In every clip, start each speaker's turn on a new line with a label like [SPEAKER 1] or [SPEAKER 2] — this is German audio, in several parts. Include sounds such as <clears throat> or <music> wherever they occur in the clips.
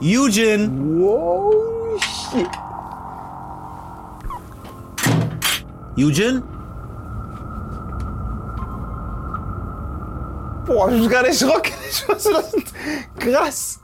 [SPEAKER 1] Eugen!
[SPEAKER 2] Wow, shit.
[SPEAKER 1] Eugen?
[SPEAKER 2] Boah, ich bin gerade erschrocken. Ich weiß, das ist krass.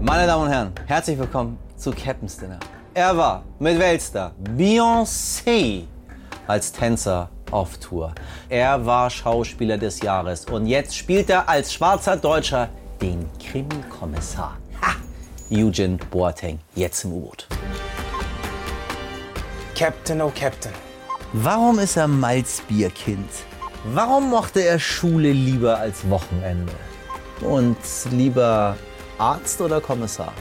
[SPEAKER 1] Meine Damen und Herren, herzlich willkommen zu Captain's Dinner. Er war mit Weltstar Beyoncé als Tänzer auf Tour. Er war Schauspieler des Jahres und jetzt spielt er als schwarzer Deutscher den Krimkommissar. Ha! Eugene Boateng, jetzt im U-Boot.
[SPEAKER 2] Captain, oh Captain.
[SPEAKER 1] Warum ist er Malzbierkind? Warum mochte er Schule lieber als Wochenende? Und lieber Arzt oder Kommissar?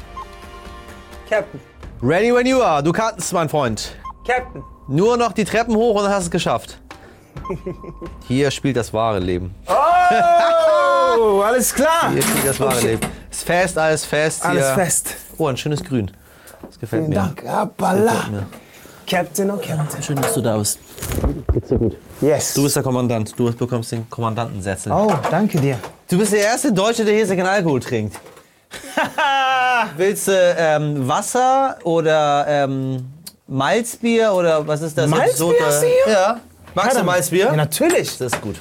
[SPEAKER 3] Captain,
[SPEAKER 4] Ready when you are. Du kannst, mein Freund.
[SPEAKER 3] Captain,
[SPEAKER 4] Nur noch die Treppen hoch und dann hast du
[SPEAKER 2] <laughs>
[SPEAKER 4] es geschafft. Hier spielt das wahre Leben.
[SPEAKER 2] Oh, alles klar.
[SPEAKER 4] Hier spielt das wahre Leben. Ist fest, alles fest.
[SPEAKER 2] Alles
[SPEAKER 4] hier.
[SPEAKER 2] fest.
[SPEAKER 4] Oh, ein schönes Grün. Das gefällt
[SPEAKER 2] Vielen
[SPEAKER 4] mir.
[SPEAKER 2] Dank. Appala. Captain, oh Captain.
[SPEAKER 4] Schön, dass du da bist.
[SPEAKER 2] Yes.
[SPEAKER 4] Du bist der Kommandant. Du bekommst den Kommandantensessel.
[SPEAKER 2] oh, danke dir.
[SPEAKER 4] Du bist der erste Deutsche, der hier seinen
[SPEAKER 2] <laughs>
[SPEAKER 4] Alkohol trinkt. Willst du ähm, Wasser oder ähm, Malzbier oder was ist das?
[SPEAKER 2] Malzbier hast du hier?
[SPEAKER 4] Ja. Magst du Malzbier?
[SPEAKER 2] Ja, natürlich.
[SPEAKER 4] Das ist gut.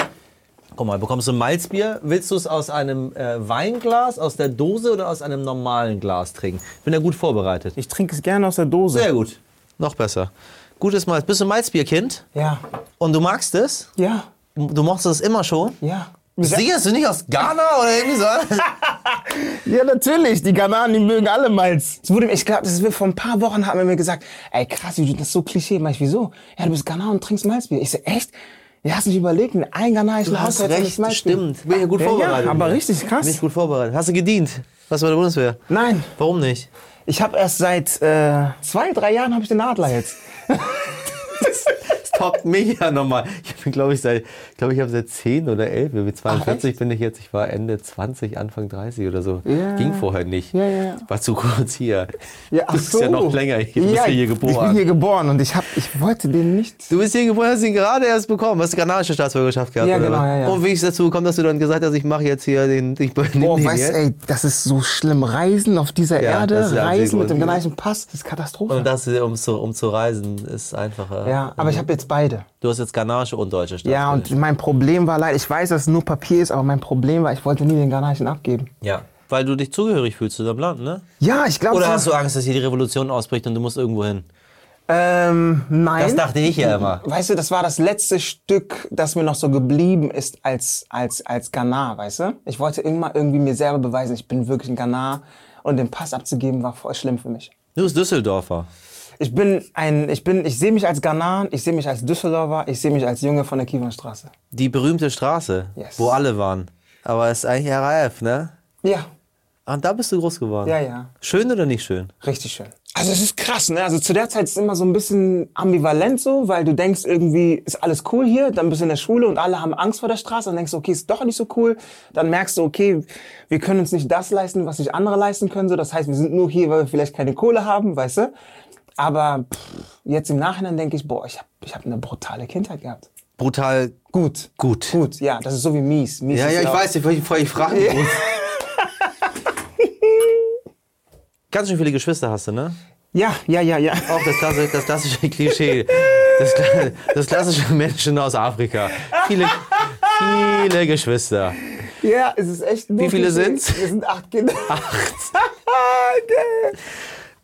[SPEAKER 4] Guck mal, bekommst du Malzbier? Willst du es aus einem äh, Weinglas, aus der Dose oder aus einem normalen Glas trinken? Bin da gut vorbereitet.
[SPEAKER 2] Ich trinke es gerne aus der Dose.
[SPEAKER 4] Sehr gut. Noch besser. Gutes Malz. Bist du Malzbierkind?
[SPEAKER 2] Ja,
[SPEAKER 4] Und du magst es?
[SPEAKER 2] ja,
[SPEAKER 4] Du mochtest es immer schon?
[SPEAKER 2] ja.
[SPEAKER 4] Sicher, bist du nicht aus Ghana oder
[SPEAKER 2] <laughs>
[SPEAKER 4] irgendwie so?
[SPEAKER 2] Ja, natürlich. Die Ghananen, die mögen alle Malz. Es wurde mir, ich glaube, das wird vor ein paar Wochen haben wir mir gesagt, ey krass, Juju, das ist so Klischee. Mach ich, wieso? Ja, du bist Ghanaer und trinkst Malzbier. Ich so, echt? Ja, hast du nicht überlegt, mit einem ghanaischen Haus
[SPEAKER 4] stimmt. Bin ich ja gut
[SPEAKER 2] Ja,
[SPEAKER 4] vorbereitet.
[SPEAKER 2] ja, aber richtig
[SPEAKER 4] Bin ich
[SPEAKER 2] krass.
[SPEAKER 4] gut vorbereitet. Hast du gedient? Was bei der Bundeswehr?
[SPEAKER 2] Nein,
[SPEAKER 4] Warum nicht?
[SPEAKER 2] ich habe erst seit äh, zwei, drei Jahren habe ich den Adler jetzt.
[SPEAKER 4] Das toppt mich ja nochmal. Ich bin, glaube ich, seit, ich glaube ich habe seit 10 oder 11, mit 42 bin ich jetzt, ich war Ende 20, Anfang 30 oder so.
[SPEAKER 2] Ja.
[SPEAKER 4] Ging vorher nicht.
[SPEAKER 2] Ja, ja, ja.
[SPEAKER 4] War zu kurz hier.
[SPEAKER 2] Ja,
[SPEAKER 4] du bist <laughs> ja noch länger hier. Du bist ja hier
[SPEAKER 2] Ich bin
[SPEAKER 4] geboren.
[SPEAKER 2] hier geboren und ich, hab, ich wollte den nicht.
[SPEAKER 4] Du bist hier geboren, hast ihn gerade erst bekommen. Hast die kanadische Staatsbürgerschaft gehabt,
[SPEAKER 2] Ja,
[SPEAKER 4] oder
[SPEAKER 2] genau,
[SPEAKER 4] was?
[SPEAKER 2] ja, ja.
[SPEAKER 4] Und wie ich dazu gekommen, dass du dann gesagt hast, ich mache jetzt hier den, ich bin
[SPEAKER 2] Boah,
[SPEAKER 4] den
[SPEAKER 2] weißt
[SPEAKER 4] hier.
[SPEAKER 2] du, ey, das ist so schlimm. Reisen auf dieser
[SPEAKER 4] Ja, das
[SPEAKER 2] Erde,
[SPEAKER 4] ist der einzige
[SPEAKER 2] Reisen mit dem
[SPEAKER 4] Grund.
[SPEAKER 2] gleichen Pass, das ist Katastrophe.
[SPEAKER 4] Und das, um zu, um zu reisen, ist einfacher.
[SPEAKER 2] ja, aber ich habe jetzt beide.
[SPEAKER 4] Du hast jetzt kanadische und deutsche Staatsbürgerschaft.
[SPEAKER 2] Ja, und mein Problem war leider, ich weiß, dass es nur Papier ist, aber mein Problem war, ich wollte nie den Ghanaischen abgeben.
[SPEAKER 4] Ja. Weil du dich zugehörig fühlst zu deinem Land, ne?
[SPEAKER 2] Ja, ich glaube.
[SPEAKER 4] Oder hast du Angst, dass hier die Revolution ausbricht und du musst irgendwo hin?
[SPEAKER 2] Ähm, nein.
[SPEAKER 4] Das dachte ich ja immer.
[SPEAKER 2] <laughs> Weißt du, das war das letzte Stück, das mir noch so geblieben ist als, als, als Ghana, weißt du? Ich wollte immer irgendwie mir selber beweisen, ich bin wirklich ein Ghana. Und den Pass abzugeben war voll schlimm für mich.
[SPEAKER 4] Du bist Düsseldorfer.
[SPEAKER 2] Ich bin ein, ich bin, ich sehe mich als Ghanan, ich sehe mich als Düsseldorfer, ich sehe mich als Junge von der Kiewernstraße.
[SPEAKER 4] Die berühmte Straße,
[SPEAKER 2] Yes.
[SPEAKER 4] wo alle waren. Aber es ist eigentlich RAF, ne?
[SPEAKER 2] Ja,
[SPEAKER 4] Und da bist du groß geworden.
[SPEAKER 2] Ja, ja.
[SPEAKER 4] Schön oder nicht schön?
[SPEAKER 2] Richtig schön. Also es ist krass, ne? Also zu der Zeit ist es immer so ein bisschen ambivalent so, weil du denkst irgendwie ist alles cool hier, dann bist du in der Schule und alle haben Angst vor der Straße und denkst okay ist doch nicht so cool, dann merkst du okay wir können uns nicht das leisten, was sich andere leisten können so, das heißt wir sind nur hier, weil wir vielleicht keine Kohle haben, weißt du? Aber pff, jetzt im Nachhinein denke ich boah ich habe ich hab eine brutale Kindheit gehabt.
[SPEAKER 4] Brutal
[SPEAKER 2] Gut,
[SPEAKER 4] gut.
[SPEAKER 2] gut, ja das ist so wie mies, mies
[SPEAKER 4] Ja,
[SPEAKER 2] ist
[SPEAKER 4] ja, ich
[SPEAKER 2] auch-
[SPEAKER 4] weiß, ich wollte ich wollte fragen.
[SPEAKER 2] <laughs>
[SPEAKER 4] muss. Ganz schön viele Geschwister hast du, ne?
[SPEAKER 2] Ja, ja, ja, ja.
[SPEAKER 4] Auch das klassische, das klassische Klischee. Das, kla- das klassische Menschen aus Afrika. Viele, viele Geschwister.
[SPEAKER 2] <laughs> Ja, es ist echt nur
[SPEAKER 4] Wie viele
[SPEAKER 2] Klischee.
[SPEAKER 4] sind's?
[SPEAKER 2] Wir sind acht Kinder.
[SPEAKER 4] <laughs>
[SPEAKER 2] <laughs>
[SPEAKER 4] Acht.
[SPEAKER 2] Geil.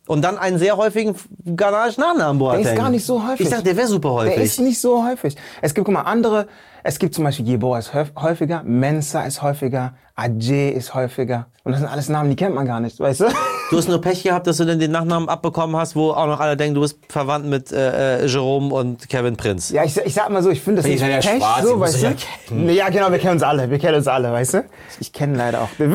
[SPEAKER 4] Und dann einen sehr häufigen ghanaischen Nachnamen Boateng.
[SPEAKER 2] Der ist gar nicht so häufig.
[SPEAKER 4] Ich dachte, der wäre super häufig.
[SPEAKER 2] Der ist nicht so häufig. Es gibt, guck mal, andere. Es gibt zum Beispiel Yeboah ist häuf- häufiger, Mensa ist häufiger, Ajay ist häufiger. Und das sind alles Namen, die kennt man gar nicht, weißt du? <laughs>
[SPEAKER 4] Du hast nur Pech gehabt, dass du denn den Nachnamen abbekommen hast, wo auch noch alle denken, du bist verwandt mit äh, äh, Jerome und Kevin Prinz.
[SPEAKER 2] Ja, ich, ich sag mal so, ich finde das
[SPEAKER 4] Ihr
[SPEAKER 2] nicht
[SPEAKER 4] seid ja
[SPEAKER 2] Pech,
[SPEAKER 4] schwarz, ihr
[SPEAKER 2] so,
[SPEAKER 4] müsst
[SPEAKER 2] weißt du?
[SPEAKER 4] euch
[SPEAKER 2] Nee, ja, genau, wir kennen uns alle, wir kennen uns alle, weißt du? Ich kenne leider auch. <laughs> Nein,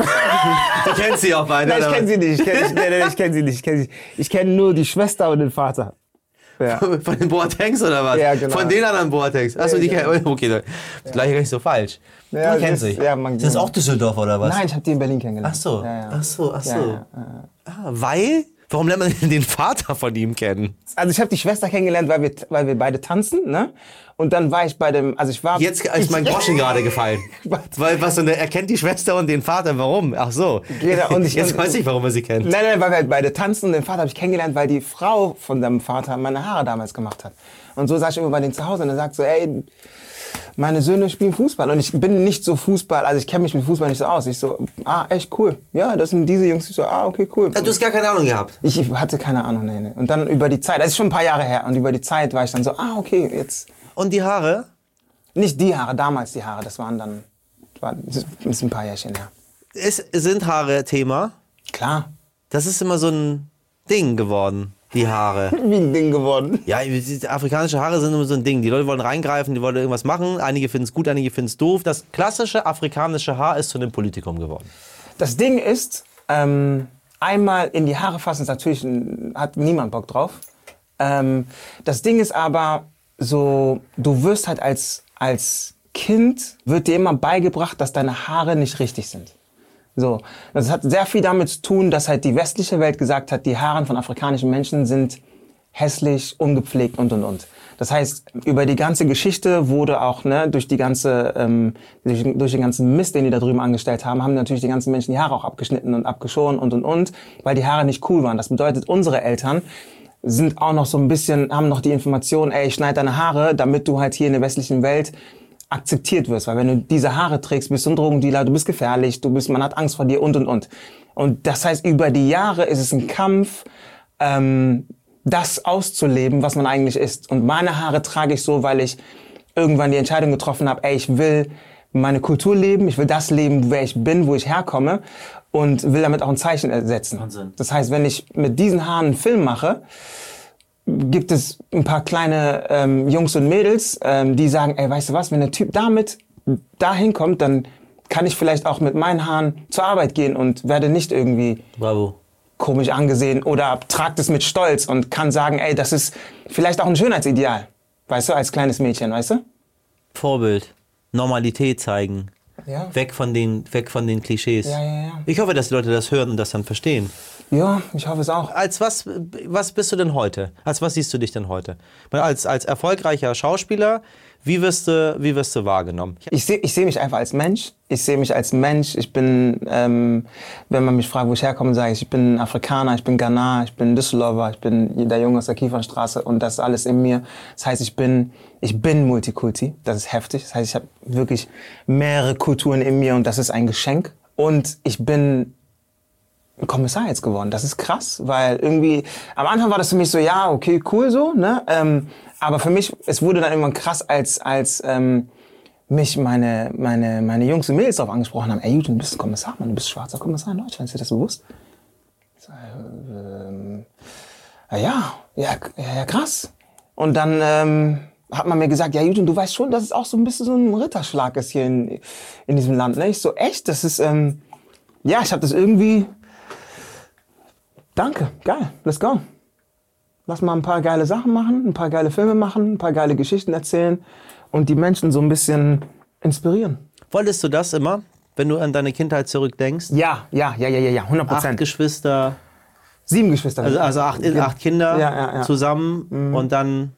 [SPEAKER 4] Du kennst sie auch beide.
[SPEAKER 2] ich kenne sie nicht, ich kenne ich- nee, nee, ich kenn sie nicht, ich kenne sie nicht. Ich kenne nur die Schwester und den Vater. Ja.
[SPEAKER 4] <laughs> Von den Boatengs oder was?
[SPEAKER 2] Ja, genau.
[SPEAKER 4] Von den anderen Boatengs. Achso,
[SPEAKER 2] Ja, genau.
[SPEAKER 4] die kenn- Okay, dann- das gleiche gar nicht so falsch.
[SPEAKER 2] Ja,
[SPEAKER 4] du kennst
[SPEAKER 2] das-
[SPEAKER 4] sie.
[SPEAKER 2] ja, man- genau.
[SPEAKER 4] Sind das auch Düsseldorf oder was?
[SPEAKER 2] Nein, ich habe die in Berlin kennengelernt.
[SPEAKER 4] Ach so,
[SPEAKER 2] Ja, ja.
[SPEAKER 4] ach so, ach so.
[SPEAKER 2] Ja, ja, ja.
[SPEAKER 4] Ah, weil Warum lernt man denn den Vater von ihm kennen?
[SPEAKER 2] Also ich habe die Schwester kennengelernt, weil wir, weil wir beide tanzen, ne? Und dann war ich bei dem, also ich war
[SPEAKER 4] Jetzt ist
[SPEAKER 2] <laughs>
[SPEAKER 4] mein Groschen gerade gefallen.
[SPEAKER 2] Was?
[SPEAKER 4] Weil was und er er kennt die Schwester und den Vater. Warum? Ach so.
[SPEAKER 2] Jeder Genau, und ich-
[SPEAKER 4] <laughs> Jetzt
[SPEAKER 2] und-
[SPEAKER 4] weiß ich, warum er sie kennt.
[SPEAKER 2] Nein, nein, weil wir halt beide tanzen. Und den Vater habe ich kennengelernt, weil die Frau von deinem Vater meine Haare damals gemacht hat. Und so saß ich immer bei denen zu Hause und er sagt so, ey, meine Söhne spielen Fußball. Und ich bin nicht so Fußball, also ich kenne mich mit Fußball nicht so aus. Ich so, ah, echt cool. Ja, das sind diese Jungs. Ich so, ah, okay, cool.
[SPEAKER 4] Du hast gar keine Ahnung gehabt.
[SPEAKER 2] Ich hatte keine Ahnung, nee, nee. Und dann über die Zeit, das ist schon ein paar Jahre her, und über die Zeit war ich dann so, ah, okay, jetzt,
[SPEAKER 4] Und die Haare?
[SPEAKER 2] nicht die Haare, damals die Haare, das waren dann, das war, das ist ein paar Jährchen her.
[SPEAKER 4] Es sind Haare Thema.
[SPEAKER 2] Klar,
[SPEAKER 4] Das ist immer so ein Ding geworden. Die
[SPEAKER 2] <laughs>
[SPEAKER 4] Haare.
[SPEAKER 2] wie ein Ding geworden.
[SPEAKER 4] Ja, diese afrikanische Haare sind immer so ein Ding. Die Leute wollen reingreifen, die wollen irgendwas machen. Einige finden es gut, einige finden es doof. Das klassische afrikanische Haar ist zu einem Politikum geworden.
[SPEAKER 2] Das Ding ist, ähm, einmal in die Haare fassen ist natürlich, ein- hat niemand Bock drauf. Ähm, das Ding ist aber so, du wirst halt als, als Kind, wird dir immer beigebracht, dass deine Haare nicht richtig sind. So, das hat sehr viel damit zu tun, dass halt die westliche Welt gesagt hat, die Haaren von afrikanischen Menschen sind hässlich, ungepflegt und und und. Das heißt, über die ganze Geschichte wurde auch ne, durch die ganze ähm, durch, durch den ganzen Mist, den die da drüben angestellt haben, haben natürlich die ganzen Menschen die Haare auch abgeschnitten und abgeschoren und und und, weil die Haare nicht cool waren. Das bedeutet, unsere Eltern sind auch noch so ein bisschen, haben noch die Information, ey, schneid deine Haare, damit du halt hier in der westlichen Welt akzeptiert wirst. Weil wenn du diese Haare trägst, bist du ein Drogendealer, du bist gefährlich, du bist, man hat Angst vor dir und und und. Und das heißt, über die Jahre ist es ein Kampf, ähm, das auszuleben, was man eigentlich ist. Und meine Haare trage ich so, weil ich irgendwann die Entscheidung getroffen habe, ey, ich will meine Kultur leben, ich will das leben, wer ich bin, wo ich herkomme und will damit auch ein Zeichen äh, setzen.
[SPEAKER 1] Wahnsinn.
[SPEAKER 2] Das heißt, wenn ich mit diesen Haaren einen Film mache, gibt es ein paar kleine ähm, Jungs und Mädels, ähm, die sagen, ey, weißt du was, wenn der Typ damit dahin kommt, dann kann ich vielleicht auch mit meinen Haaren zur Arbeit gehen und werde nicht irgendwie
[SPEAKER 1] Bravo.
[SPEAKER 2] komisch angesehen oder tragt es mit Stolz und kann sagen, ey, das ist vielleicht auch ein Schönheitsideal. Weißt du, als kleines Mädchen, weißt du?
[SPEAKER 1] Vorbild. Normalität zeigen.
[SPEAKER 2] Ja.
[SPEAKER 1] Weg von den, weg von den Klischees.
[SPEAKER 2] Ja, ja, ja.
[SPEAKER 1] Ich hoffe, dass die Leute das hören und das dann verstehen.
[SPEAKER 2] Ja, ich hoffe es auch.
[SPEAKER 1] Als was, was bist du denn heute? Als was siehst du dich denn heute? Als, als erfolgreicher Schauspieler, wie wirst du, wie wirst du wahrgenommen?
[SPEAKER 2] Ich sehe ich seh mich einfach als Mensch. Ich sehe mich als Mensch. Ich bin, ähm, wenn man mich fragt, wo ich herkomme, sage ich, ich bin Afrikaner, ich bin Ghanaer, ich bin Düsseldorfer, ich bin der Junge aus der Kiefernstraße und das ist alles in mir. Das heißt, ich bin, ich bin Multikulti. Das ist heftig. Das heißt, ich habe wirklich mehrere Kulturen in mir und das ist ein Geschenk. Und ich bin Kommissar jetzt geworden. Das ist krass, weil irgendwie am Anfang war das für mich so, ja, okay, cool so, ne? Ähm, aber für mich, es wurde dann irgendwann krass, als als ähm, mich meine meine meine Jungs und Mädels darauf angesprochen haben, ey, Jude, du bist ein Kommissar, Mann, du bist schwarzer Kommissar in Deutschland, ist dir das bewusst? Ich so, äh, ähm, ja, ja, ja, ja, krass. Und dann ähm, hat man mir gesagt, ja, Jude, du weißt schon, dass es auch so ein bisschen so ein Ritterschlag ist hier in in diesem Land, ne? Ich so, echt, das ist ähm, ja, ich habe das irgendwie Danke, geil, let's go. Lass mal ein paar geile Sachen machen, ein paar geile Filme machen, ein paar geile Geschichten erzählen und die Menschen so ein bisschen inspirieren.
[SPEAKER 1] Wolltest du das immer, wenn du an deine Kindheit zurückdenkst?
[SPEAKER 2] Ja, ja, ja, ja, ja, ja, 100
[SPEAKER 1] Acht
[SPEAKER 2] Prozent.
[SPEAKER 1] Geschwister,
[SPEAKER 2] Sieben Geschwister.
[SPEAKER 1] also, also acht, acht Kinder
[SPEAKER 2] Ja, ja, Mhm. ja.
[SPEAKER 1] zusammen und dann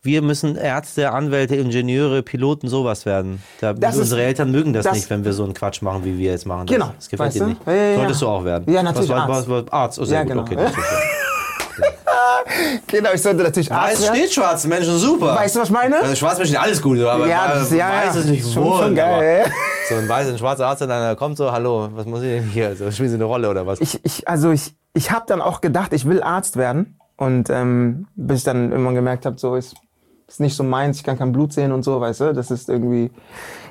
[SPEAKER 1] wir müssen Ärzte, Anwälte, Ingenieure, Piloten, sowas werden. Da,
[SPEAKER 2] Das ist-
[SPEAKER 1] unsere Eltern mögen das,
[SPEAKER 2] das-
[SPEAKER 1] nicht, wenn wir so einen Quatsch machen, wie wir jetzt machen. Das,
[SPEAKER 2] Genau,
[SPEAKER 1] das gefällt
[SPEAKER 2] weißt
[SPEAKER 1] dir
[SPEAKER 2] du?
[SPEAKER 1] nicht.
[SPEAKER 2] Ja, ja, ja.
[SPEAKER 1] Solltest du auch werden.
[SPEAKER 2] Ja, natürlich
[SPEAKER 1] Was,
[SPEAKER 2] Arzt.
[SPEAKER 1] was, was, was, Arzt, oh, sehr
[SPEAKER 2] Ja,
[SPEAKER 1] gut,
[SPEAKER 2] genau.
[SPEAKER 1] okay. das ist okay.
[SPEAKER 2] <laughs> genau, ich sollte natürlich Arzt
[SPEAKER 4] Weiß
[SPEAKER 2] werden.
[SPEAKER 4] steht schwarze Menschen super.
[SPEAKER 2] Weißt du, was ich meine?
[SPEAKER 4] Also schwarze Menschen alles gut, aber
[SPEAKER 2] Ja,
[SPEAKER 4] aber
[SPEAKER 2] das- ja,
[SPEAKER 4] weiß
[SPEAKER 2] ja.
[SPEAKER 4] ist nicht
[SPEAKER 2] Schon-
[SPEAKER 4] wohl.
[SPEAKER 2] schon geil,
[SPEAKER 4] aber
[SPEAKER 2] ja.
[SPEAKER 4] So ein weißer, ein schwarzer Arzt, und einer kommt so, hallo, was muss ich denn hier? So, spielen Sie eine Rolle oder was?
[SPEAKER 2] Ich, ich, also ich, ich habe dann auch gedacht, ich will Arzt werden und ähm, bis ich dann irgendwann gemerkt habe, so ist ist nicht so meins, ich kann kein Blut sehen und so, weißt du, das ist irgendwie,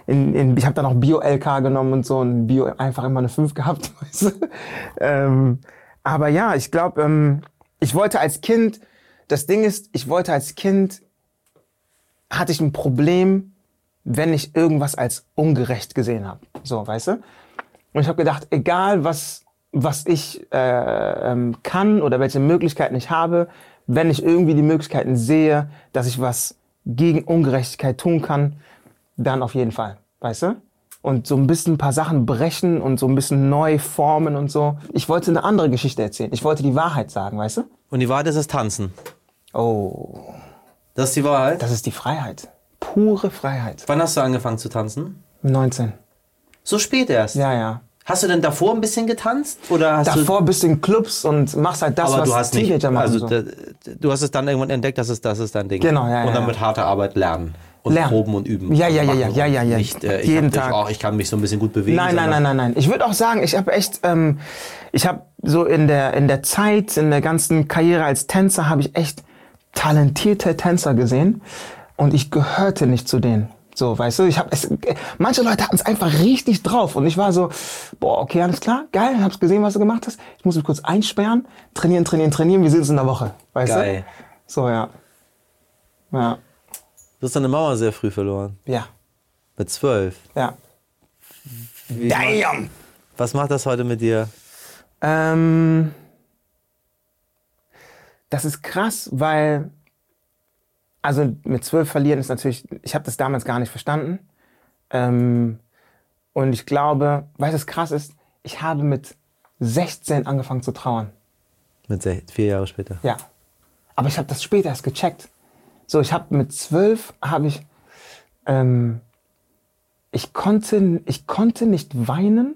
[SPEAKER 2] in, in, ich habe dann auch Bio-LK genommen und so und Bio einfach immer eine 5 gehabt, <laughs> weißt du. Ähm, aber ja, ich glaube, ähm, ich wollte als Kind, das Ding ist, ich wollte als Kind, hatte ich ein Problem, wenn ich irgendwas als ungerecht gesehen habe, so, weißt du. Und ich habe gedacht, egal was, was ich äh, ähm, kann oder welche Möglichkeiten ich habe, wenn ich irgendwie die Möglichkeiten sehe, dass ich was gegen Ungerechtigkeit tun kann, dann auf jeden Fall, weißt du? und so ein bisschen ein paar Sachen brechen und so ein bisschen neu formen und so. Ich wollte eine andere Geschichte erzählen. Ich wollte die Wahrheit sagen, weißt du?
[SPEAKER 1] Und die Wahrheit ist das Tanzen.
[SPEAKER 2] Oh,
[SPEAKER 1] Das ist die Wahrheit.
[SPEAKER 2] das ist die Freiheit. Pure Freiheit.
[SPEAKER 1] Wann hast du angefangen zu tanzen?
[SPEAKER 2] 19.
[SPEAKER 1] So spät erst.
[SPEAKER 2] Ja, ja.
[SPEAKER 1] Hast du denn davor ein bisschen getanzt? Oder hast
[SPEAKER 2] Davor bist du in Clubs und machst halt das,
[SPEAKER 1] du, Also aber
[SPEAKER 2] was
[SPEAKER 1] du hast nicht,
[SPEAKER 2] Teenager machen.
[SPEAKER 1] also
[SPEAKER 2] so.
[SPEAKER 1] da- du hast es dann irgendwann entdeckt, dass es das ist dein Ding.
[SPEAKER 2] Genau, ja,
[SPEAKER 1] Und dann
[SPEAKER 2] ja.
[SPEAKER 1] mit harter Arbeit lernen und
[SPEAKER 2] Lernen.
[SPEAKER 1] proben und üben. Also
[SPEAKER 2] Ja, ja, ja,
[SPEAKER 1] Machen
[SPEAKER 2] ja,
[SPEAKER 1] und
[SPEAKER 2] ja, ja, ja.
[SPEAKER 1] Nicht, äh, ich
[SPEAKER 2] Jeden
[SPEAKER 1] hab dich
[SPEAKER 2] Tag.
[SPEAKER 1] Auch, ich kann mich so ein bisschen gut bewegen.
[SPEAKER 2] Nein, nein, nein, nein, nein. Ich würde auch sagen, ich habe echt, ähm, ich habe so in der in der Zeit, in der ganzen Karriere als Tänzer, habe ich echt talentierte Tänzer gesehen und ich gehörte nicht zu denen. So, weißt du, ich habe es. äh, Manche Leute hatten es einfach richtig drauf und ich war so, boah, okay, alles klar, geil, hab's gesehen, was du gemacht hast. Ich muss mich kurz einsperren, trainieren, trainieren, trainieren. Wir sehen uns in der Woche, weißt
[SPEAKER 1] Geil.
[SPEAKER 2] du? So ja, ja,
[SPEAKER 1] Du hast deine Mauer sehr früh verloren.
[SPEAKER 2] ja,
[SPEAKER 1] Mit zwölf.
[SPEAKER 2] ja.
[SPEAKER 1] Wie-
[SPEAKER 2] Damn.
[SPEAKER 1] Was macht das heute mit dir?
[SPEAKER 2] Ähm, das ist krass, weil also mit zwölf verlieren ist natürlich. Ich habe das damals gar nicht verstanden. Ähm, und ich glaube, weißt du, was krass ist? Ich habe mit 16 angefangen zu trauern.
[SPEAKER 1] Mit sech- vier Jahre später.
[SPEAKER 2] Ja. Aber ich habe das später erst gecheckt. So, ich habe mit zwölf habe ich, ähm, ich konnte, ich konnte nicht weinen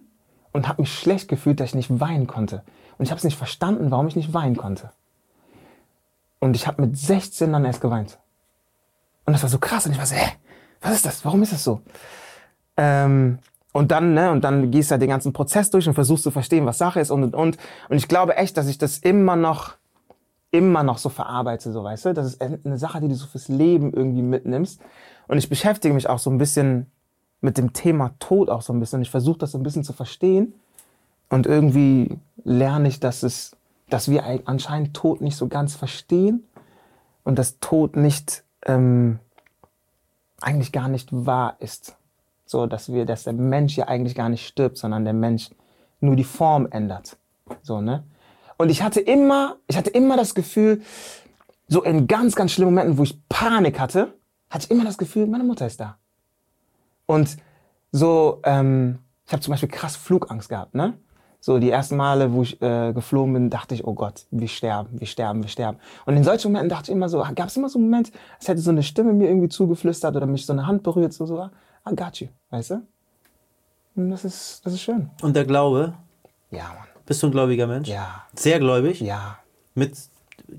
[SPEAKER 2] und habe mich schlecht gefühlt, dass ich nicht weinen konnte. Und ich habe es nicht verstanden, warum ich nicht weinen konnte. Und ich habe mit 16 dann erst geweint. Und das war so krass. Und ich war so, hä, was ist das? Warum ist das so? Ähm, und dann, ne, und dann gehst du halt den ganzen Prozess durch und versuchst zu verstehen, was Sache ist und, und, und. Und ich glaube echt, dass ich das immer noch, immer noch so verarbeite, so weißt du. Das ist eine Sache, die du so fürs Leben irgendwie mitnimmst. Und ich beschäftige mich auch so ein bisschen mit dem Thema Tod auch so ein bisschen. Und ich versuche das so ein bisschen zu verstehen. Und irgendwie lerne ich, dass es, dass wir eig- anscheinend Tod nicht so ganz verstehen und dass Tod nicht ähm, eigentlich gar nicht wahr ist. So, dass wir, dass der Mensch ja eigentlich gar nicht stirbt, sondern der Mensch nur die Form ändert. So, ne? Und ich hatte immer, ich hatte immer das Gefühl, so in ganz, ganz schlimmen Momenten, wo ich Panik hatte, hatte ich immer das Gefühl, meine Mutter ist da. Und so, ähm, ich habe zum Beispiel krass Flugangst gehabt, ne? So die ersten Male, wo ich äh, geflogen bin, dachte ich, oh Gott, wir sterben, wir sterben, wir sterben. Und in solchen Momenten dachte ich immer so, gab es immer so einen Moment, als hätte so eine Stimme mir irgendwie zugeflüstert oder mich so eine Hand berührt, so, so, ah, I got you, weißt du? Und das ist, das ist schön.
[SPEAKER 1] Und der Glaube?
[SPEAKER 2] Ja, Mann.
[SPEAKER 1] Bist du ein gläubiger Mensch?
[SPEAKER 2] Ja,
[SPEAKER 1] Sehr gläubig?
[SPEAKER 2] ja.
[SPEAKER 1] Mit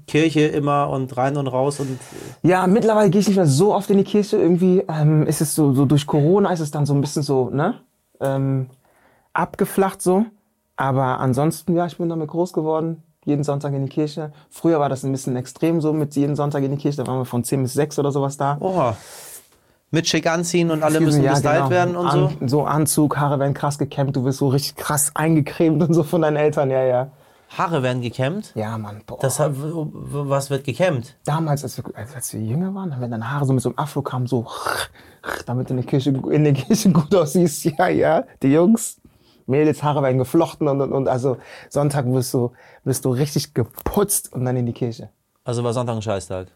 [SPEAKER 1] Kirche immer und rein und raus und
[SPEAKER 2] Ja, mittlerweile gehe ich nicht mehr so oft in die Kirche. Irgendwie ähm, ist es so, so durch Corona ist es dann so ein bisschen so, ne? Ähm, abgeflacht so. Aber ansonsten, ja, ich bin damit groß geworden. Jeden Sonntag in die Kirche. Früher war das ein bisschen extrem so mit jeden Sonntag in die Kirche. Da waren wir von 10 bis 6 oder sowas da.
[SPEAKER 1] oha. oh, Mit schick anziehen und alle müssen
[SPEAKER 2] Ja,
[SPEAKER 1] gestylt
[SPEAKER 2] genau.
[SPEAKER 1] werden und so.
[SPEAKER 2] An, so Anzug, Haare werden krass gekämmt. Du wirst so richtig krass eingecremt und so von deinen Eltern. Ja, ja.
[SPEAKER 1] Haare werden gekämmt.
[SPEAKER 2] Ja, Mann. Boah.
[SPEAKER 1] Das, hat- w- w- was wird gekämmt?
[SPEAKER 2] damals, als wir, als, als wir jünger waren, wenn deine Haare so mit so einem Afro kamen, so, damit du in der Kirche, in der Kirche gut aussiehst, <laughs> ja, ja, die Jungs, Mädels, Haare werden geflochten und, und, und, also Sonntag wirst du, wirst du richtig geputzt und dann in die Kirche.
[SPEAKER 1] Also war Sonntag ein Scheißtag.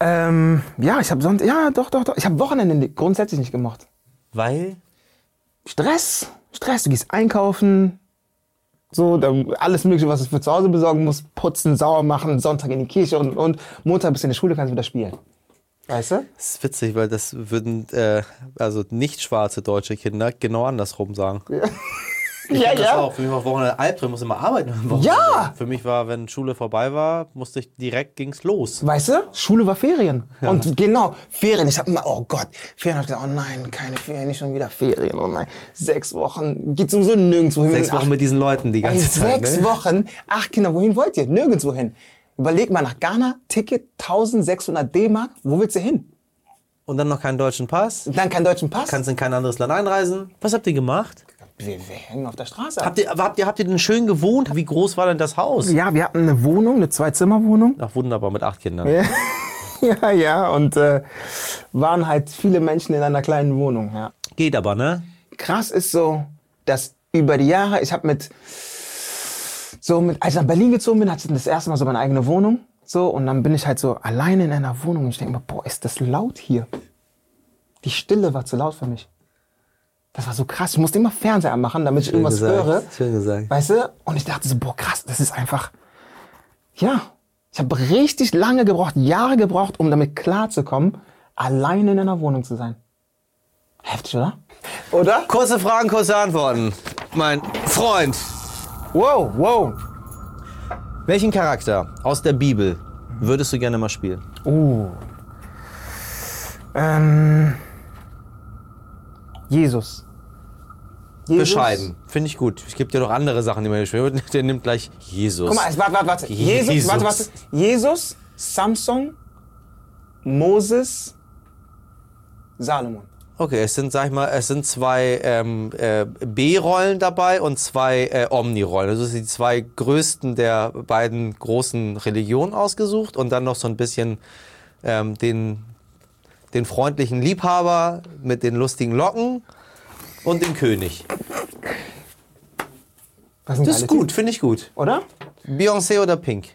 [SPEAKER 2] Ähm, ja, ich habe Sonntag, ja, doch, doch, doch, ich habe Wochenende ni- grundsätzlich nicht gemocht.
[SPEAKER 1] Weil?
[SPEAKER 2] Stress, Stress, du gehst einkaufen, so, dann alles mögliche, was du für zu Hause besorgen musst, putzen, sauer machen, Sonntag in die Kirche und, und Montag bist du in der Schule, kannst wieder spielen. Weißt du?
[SPEAKER 4] Das ist witzig, weil das würden äh, also nicht schwarze deutsche Kinder genau andersrum sagen.
[SPEAKER 2] ja,
[SPEAKER 1] Das auch. Für mich war Wochenende Albtraum, muss immer arbeiten. am Wochenende.
[SPEAKER 2] Ja!
[SPEAKER 1] Für mich war, wenn Schule vorbei war, musste ich direkt ging's los.
[SPEAKER 2] Weißt du, Schule war Ferien. Und genau, Ferien. Ich habe immer, oh Gott, Ferien. Hab ich gesagt, oh nein, keine Ferien, nicht schon wieder Ferien. Oh nein, sechs Wochen, geht sowieso nirgendwo hin.
[SPEAKER 4] Sechs
[SPEAKER 2] Acht-
[SPEAKER 4] Wochen mit diesen Leuten die
[SPEAKER 2] Ey,
[SPEAKER 4] ganze Zeit.
[SPEAKER 2] sechs
[SPEAKER 4] ne?
[SPEAKER 2] Wochen, acht Kinder, wohin wollt ihr? Nirgendwo hin. Überleg mal, nach Ghana, Ticket 1600 D-Mark, wo willst du hin?
[SPEAKER 1] Und dann noch keinen deutschen Pass.
[SPEAKER 2] Und dann keinen deutschen Pass?
[SPEAKER 1] Kannst in kein anderes Land einreisen. Was habt ihr gemacht?
[SPEAKER 2] wir, wir hängen auf der Straße. ab.
[SPEAKER 1] Habt ihr, aber habt ihr, habt ihr denn schön gewohnt? Wie groß war denn das Haus?
[SPEAKER 2] Ja, wir hatten eine Wohnung, eine Zwei-Zimmer-Wohnung.
[SPEAKER 1] Ach, wunderbar, mit acht Kindern.
[SPEAKER 2] <laughs> ja, ja, und äh, waren halt viele Menschen in einer kleinen Wohnung, ja.
[SPEAKER 1] Geht aber, ne?
[SPEAKER 2] krass ist so, dass über die Jahre, ich habe mit, so mit, als ich nach Berlin gezogen bin, hatte ich das erste Mal so meine eigene Wohnung. So, und dann bin ich halt so alleine in einer Wohnung und ich denke mir, boah, ist das laut hier. Die Stille war zu laut für mich. Das war so krass. Ich musste immer Fernseher anmachen, damit ich irgendwas
[SPEAKER 5] gesagt,
[SPEAKER 2] höre.
[SPEAKER 5] schön gesagt.
[SPEAKER 2] Weißt du? Und ich dachte so, boah, krass, das ist einfach. Ja. Ich habe richtig lange gebraucht, Jahre gebraucht, um damit klarzukommen, alleine in einer Wohnung zu sein. Heftig, oder? Oder?
[SPEAKER 4] Kurze Fragen, kurze Antworten. Mein Freund,
[SPEAKER 2] Wow, wow.
[SPEAKER 4] welchen Charakter aus der Bibel würdest du gerne mal spielen?
[SPEAKER 2] Uh. Ähm. Jesus. Jesus.
[SPEAKER 4] Bescheiden. Finde ich gut. Es gibt ja noch andere Sachen, die man
[SPEAKER 1] <laughs>
[SPEAKER 4] hier spielt. Der nimmt gleich Jesus.
[SPEAKER 2] Guck mal, es- warte, warte, warte. Jesus,
[SPEAKER 4] Jesus.
[SPEAKER 2] warte, warte. Jesus, Samson, Moses, Salomon.
[SPEAKER 4] Okay, es sind, sag ich mal, es sind zwei ähm, äh, B-Rollen dabei und zwei äh, Omni-Rollen. Also es sind die zwei größten der beiden großen Religionen ausgesucht und dann noch so ein bisschen ähm, den, den freundlichen Liebhaber mit den lustigen Locken und den König.
[SPEAKER 2] Das, sind
[SPEAKER 4] Das ist
[SPEAKER 2] geile
[SPEAKER 4] gut, finde ich gut.
[SPEAKER 2] Typen, Oder?
[SPEAKER 4] Beyoncé oder Pink?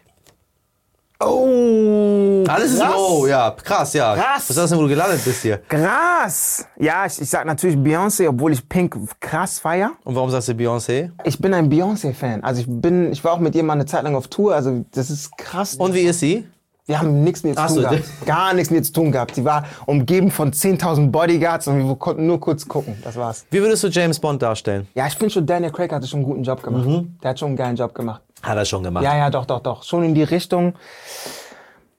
[SPEAKER 2] Oh.
[SPEAKER 4] Alles ist
[SPEAKER 2] krass.
[SPEAKER 4] low, ja. Krass, ja.
[SPEAKER 2] Krass.
[SPEAKER 4] Was hast du denn, wo du gelandet bist hier?
[SPEAKER 2] Krass. Ja, ich, ich sag natürlich Beyoncé, obwohl ich Pink krass feier.
[SPEAKER 4] Und warum sagst du Beyoncé?
[SPEAKER 2] Ich bin ein Beyoncé-Fan. Also ich bin, ich war auch mit ihr mal eine Zeit lang auf Tour. Also das ist krass.
[SPEAKER 4] Und wie ist sie?
[SPEAKER 2] Wir haben nichts mit ihr
[SPEAKER 4] Ach
[SPEAKER 2] zu tun
[SPEAKER 4] so,
[SPEAKER 2] gehabt. Gar nichts mit ihr zu tun gehabt. Sie war umgeben von 10.000 Bodyguards und wir konnten nur kurz gucken. Das war's.
[SPEAKER 4] Wie würdest du James Bond darstellen?
[SPEAKER 2] Ja, ich finde schon, Daniel Craig hatte schon einen guten Job gemacht.
[SPEAKER 4] Mhm.
[SPEAKER 2] Der hat schon einen geilen Job gemacht.
[SPEAKER 4] Hat er schon gemacht.
[SPEAKER 2] Ja, ja, doch, doch, doch. Schon in die Richtung.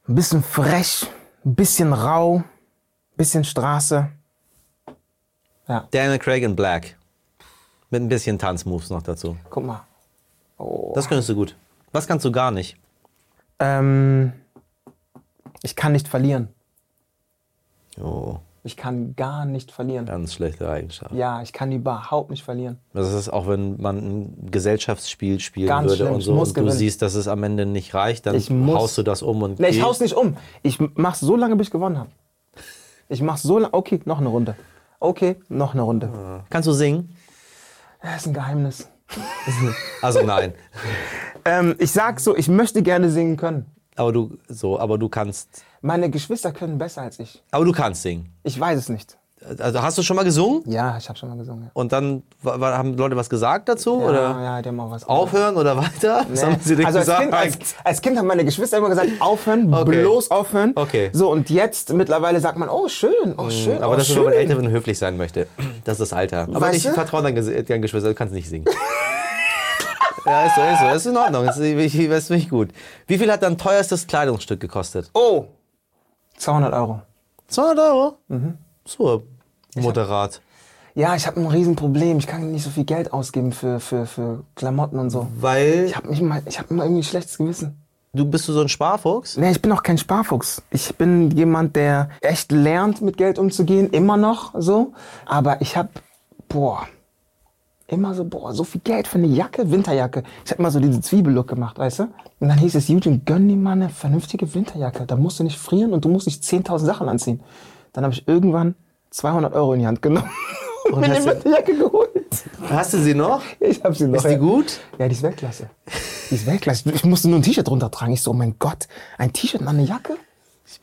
[SPEAKER 2] Ein bisschen frech, ein bisschen rau, ein bisschen Straße.
[SPEAKER 4] Daniel Craig in Black. Mit ein bisschen Tanzmoves noch dazu.
[SPEAKER 2] Guck mal.
[SPEAKER 4] Das könntest du gut. Was kannst du gar nicht?
[SPEAKER 2] Ähm, ich kann nicht verlieren.
[SPEAKER 4] Oh,
[SPEAKER 2] Ich kann gar nicht verlieren.
[SPEAKER 4] ganz schlechte Eigenschaft.
[SPEAKER 2] Ja, ich kann überhaupt nicht verlieren.
[SPEAKER 4] Das ist auch, wenn man ein Gesellschaftsspiel spielen
[SPEAKER 2] Ganz
[SPEAKER 4] würde
[SPEAKER 2] schlimm,
[SPEAKER 4] und
[SPEAKER 2] ich
[SPEAKER 4] so
[SPEAKER 2] muss
[SPEAKER 4] und du
[SPEAKER 2] gewinnen.
[SPEAKER 4] siehst, dass es am Ende nicht reicht, dann
[SPEAKER 2] Ich muss.
[SPEAKER 4] haust du das um und
[SPEAKER 2] Nee, ich
[SPEAKER 4] geh-
[SPEAKER 2] hau's nicht um. Ich mach's so lange, bis ich gewonnen habe. Ich mach's so lange. Okay, noch eine Runde. Okay, noch eine Runde.
[SPEAKER 4] Kannst du singen?
[SPEAKER 2] Das ist ein Geheimnis.
[SPEAKER 4] Also nein. <laughs>
[SPEAKER 2] Ähm, ich sag so, ich möchte gerne singen können.
[SPEAKER 4] aber du so, aber du kannst,
[SPEAKER 2] Meine Geschwister können besser als ich.
[SPEAKER 4] aber du kannst singen.
[SPEAKER 2] Ich weiß es nicht.
[SPEAKER 4] Also hast du schon mal gesungen?
[SPEAKER 2] Ja, ich habe schon mal gesungen.
[SPEAKER 4] Und dann wa- wa- haben Leute was gesagt dazu
[SPEAKER 2] Ja,
[SPEAKER 4] oder
[SPEAKER 2] ja, die haben auch was gesagt.
[SPEAKER 4] aufhören oder weiter? Was haben sie denn
[SPEAKER 2] also als
[SPEAKER 4] gesagt?
[SPEAKER 2] kind, als, als kind haben meine Geschwister immer gesagt, aufhören,
[SPEAKER 4] <laughs> Okay.
[SPEAKER 2] bloß aufhören.
[SPEAKER 4] Okay. Mhm.
[SPEAKER 2] So, und jetzt mittlerweile sagt man, oh schön, oh schön,
[SPEAKER 4] Aber
[SPEAKER 2] oh,
[SPEAKER 4] das ist,
[SPEAKER 2] schön.
[SPEAKER 4] wenn man älter und höflich sein möchte. Das ist das Alter. Aber
[SPEAKER 2] Weißt
[SPEAKER 4] ich
[SPEAKER 2] du?
[SPEAKER 4] vertraue deinen Ges- deinen Geschwistern, du kannst nicht <laughs> singen. ja, ist so, ist so. Das ist in Ordnung. Das ist wirklich- das ist wirklich gut. Wie viel hat dein teuerstes Kleidungsstück gekostet?
[SPEAKER 2] Oh, 200 Euro.
[SPEAKER 4] 200 Euro? So, moderat.
[SPEAKER 2] Ja, ich habe ein Riesenproblem. Ich kann nicht so viel Geld ausgeben für, für, für Klamotten und so.
[SPEAKER 4] Weil
[SPEAKER 2] Ich habe immer, ich hab immer irgendwie ein schlechtes Gewissen.
[SPEAKER 4] du bist du so ein Sparfuchs?
[SPEAKER 2] Nee, ich bin auch kein Sparfuchs. Ich bin jemand, der echt lernt, mit Geld umzugehen, immer noch so. Aber ich habe, boah, immer so, boah, so viel Geld für eine Jacke, Winterjacke. Ich habe immer so diesen Zwiebellook gemacht, weißt du? Und dann hieß es, Eugene, gönn dir mal eine vernünftige Winterjacke. Da musst du nicht frieren und du musst nicht 10.000 Sachen anziehen. Dann habe ich irgendwann 200 Euro in die Hand genommen <laughs> und mir
[SPEAKER 4] hast
[SPEAKER 2] eine
[SPEAKER 4] du-
[SPEAKER 2] Winterjacke geholt.
[SPEAKER 4] Hast du sie noch?
[SPEAKER 2] Ich habe sie noch.
[SPEAKER 4] Ist die
[SPEAKER 2] ja.
[SPEAKER 4] gut?
[SPEAKER 2] Ja, die ist Weltklasse. Die ist Weltklasse. Ich musste nur ein T-Shirt runtertragen. Ich so, oh mein Gott, ein T-Shirt und eine Jacke?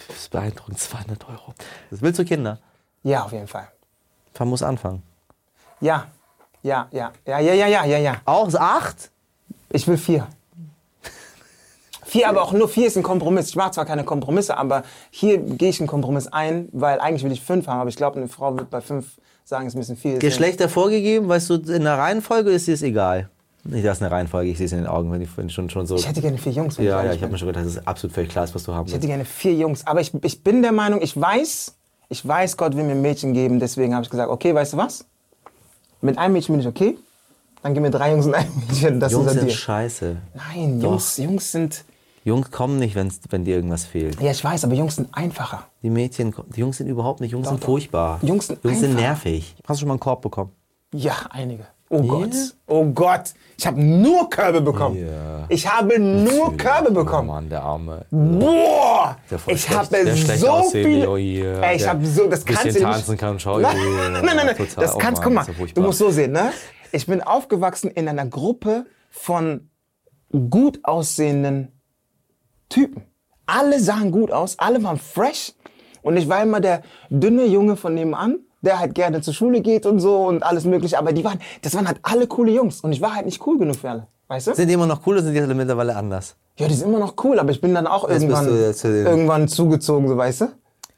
[SPEAKER 4] Das ist beeindruckend, 200 Euro. Das willst du Kinder?
[SPEAKER 2] Ja, auf jeden Fall.
[SPEAKER 4] Man muss anfangen.
[SPEAKER 2] Ja, ja, ja, ja, ja, ja, ja, ja, ja.
[SPEAKER 4] Auch acht?
[SPEAKER 2] Ich will vier. Vier, aber auch nur vier ist ein Kompromiss. Ich mache zwar keine Kompromisse, aber hier gehe ich einen Kompromiss ein, weil eigentlich will ich fünf haben, aber ich glaube, eine Frau wird bei fünf sagen, es ist ein bisschen viel. Deswegen-
[SPEAKER 4] Geschlechter vorgegeben, weißt du, in der Reihenfolge ist dir es egal. Nicht, das ist eine Reihenfolge, ich sehe es in den Augen, wenn ich wenn schon, schon so.
[SPEAKER 2] Ich hätte gerne vier Jungs. wenn
[SPEAKER 4] Ja,
[SPEAKER 2] ich
[SPEAKER 4] ja,
[SPEAKER 2] ehrlich
[SPEAKER 4] ich habe
[SPEAKER 2] bin.
[SPEAKER 4] mir schon gedacht, das ist absolut völlig klar, ist, was du haben
[SPEAKER 2] Ich hätte
[SPEAKER 4] willst.
[SPEAKER 2] gerne vier Jungs, aber ich, ich bin der Meinung, ich weiß, ich weiß, Gott will mir ein Mädchen geben, deswegen habe ich gesagt, okay, weißt du was? Mit einem Mädchen bin ich okay, dann gib mir drei Jungs und ein Mädchen, das
[SPEAKER 4] Jungs
[SPEAKER 2] ist unser
[SPEAKER 4] sind
[SPEAKER 2] Deal.
[SPEAKER 4] scheiße.
[SPEAKER 2] Nein,
[SPEAKER 4] Doch.
[SPEAKER 2] Jungs, Jungs sind,
[SPEAKER 4] Jungs kommen nicht, wenn's, wenn dir irgendwas fehlt.
[SPEAKER 2] ja ich weiß, aber Jungs sind einfacher.
[SPEAKER 4] Die Mädchen, ko- die Jungs sind überhaupt nicht, Jungs sind
[SPEAKER 2] doch.
[SPEAKER 4] furchtbar.
[SPEAKER 2] Jungs sind
[SPEAKER 4] sind
[SPEAKER 2] einfach.
[SPEAKER 4] nervig. Hast du schon mal einen Korb bekommen?
[SPEAKER 2] Ja, einige. Oh Gott, oh Gott, ich habe nur Körbe bekommen.
[SPEAKER 4] Ja.
[SPEAKER 2] Ich habe nur Körbe bekommen.
[SPEAKER 5] Oh Mann, der Arme.
[SPEAKER 2] Boah,
[SPEAKER 5] Der voll
[SPEAKER 2] ich
[SPEAKER 5] schlecht-
[SPEAKER 2] habe
[SPEAKER 5] der schlecht
[SPEAKER 2] so
[SPEAKER 5] aussehende,
[SPEAKER 2] viel.
[SPEAKER 5] oh yeah,
[SPEAKER 2] Ey, ich
[SPEAKER 5] der
[SPEAKER 2] habe so, das
[SPEAKER 5] bisschen
[SPEAKER 2] kannst du nicht.
[SPEAKER 5] tanzen kann, schau,
[SPEAKER 2] nein,
[SPEAKER 5] yeah,
[SPEAKER 2] nein, nein, nein,
[SPEAKER 5] total.
[SPEAKER 2] das
[SPEAKER 5] Oh
[SPEAKER 2] kannst.
[SPEAKER 5] Mann,
[SPEAKER 2] Guck mal,
[SPEAKER 5] ist ja
[SPEAKER 2] du
[SPEAKER 5] furchtbar.
[SPEAKER 2] musst so sehen, ne? Ich bin aufgewachsen in einer Gruppe von gut aussehenden Typen. Alle sahen gut aus, alle waren fresh und ich war immer der dünne Junge von nebenan, der halt gerne zur Schule geht und so und alles mögliche. Aber die waren, das waren halt alle coole Jungs und ich war halt nicht cool genug für alle. Weißt du?
[SPEAKER 4] Sind die immer noch cool oder sind die alle mittlerweile anders?
[SPEAKER 2] Ja, die sind immer noch cool, aber ich bin dann auch
[SPEAKER 4] Jetzt bist
[SPEAKER 2] irgendwann,
[SPEAKER 4] du ja zu dem-
[SPEAKER 2] irgendwann zugezogen, so weißt du?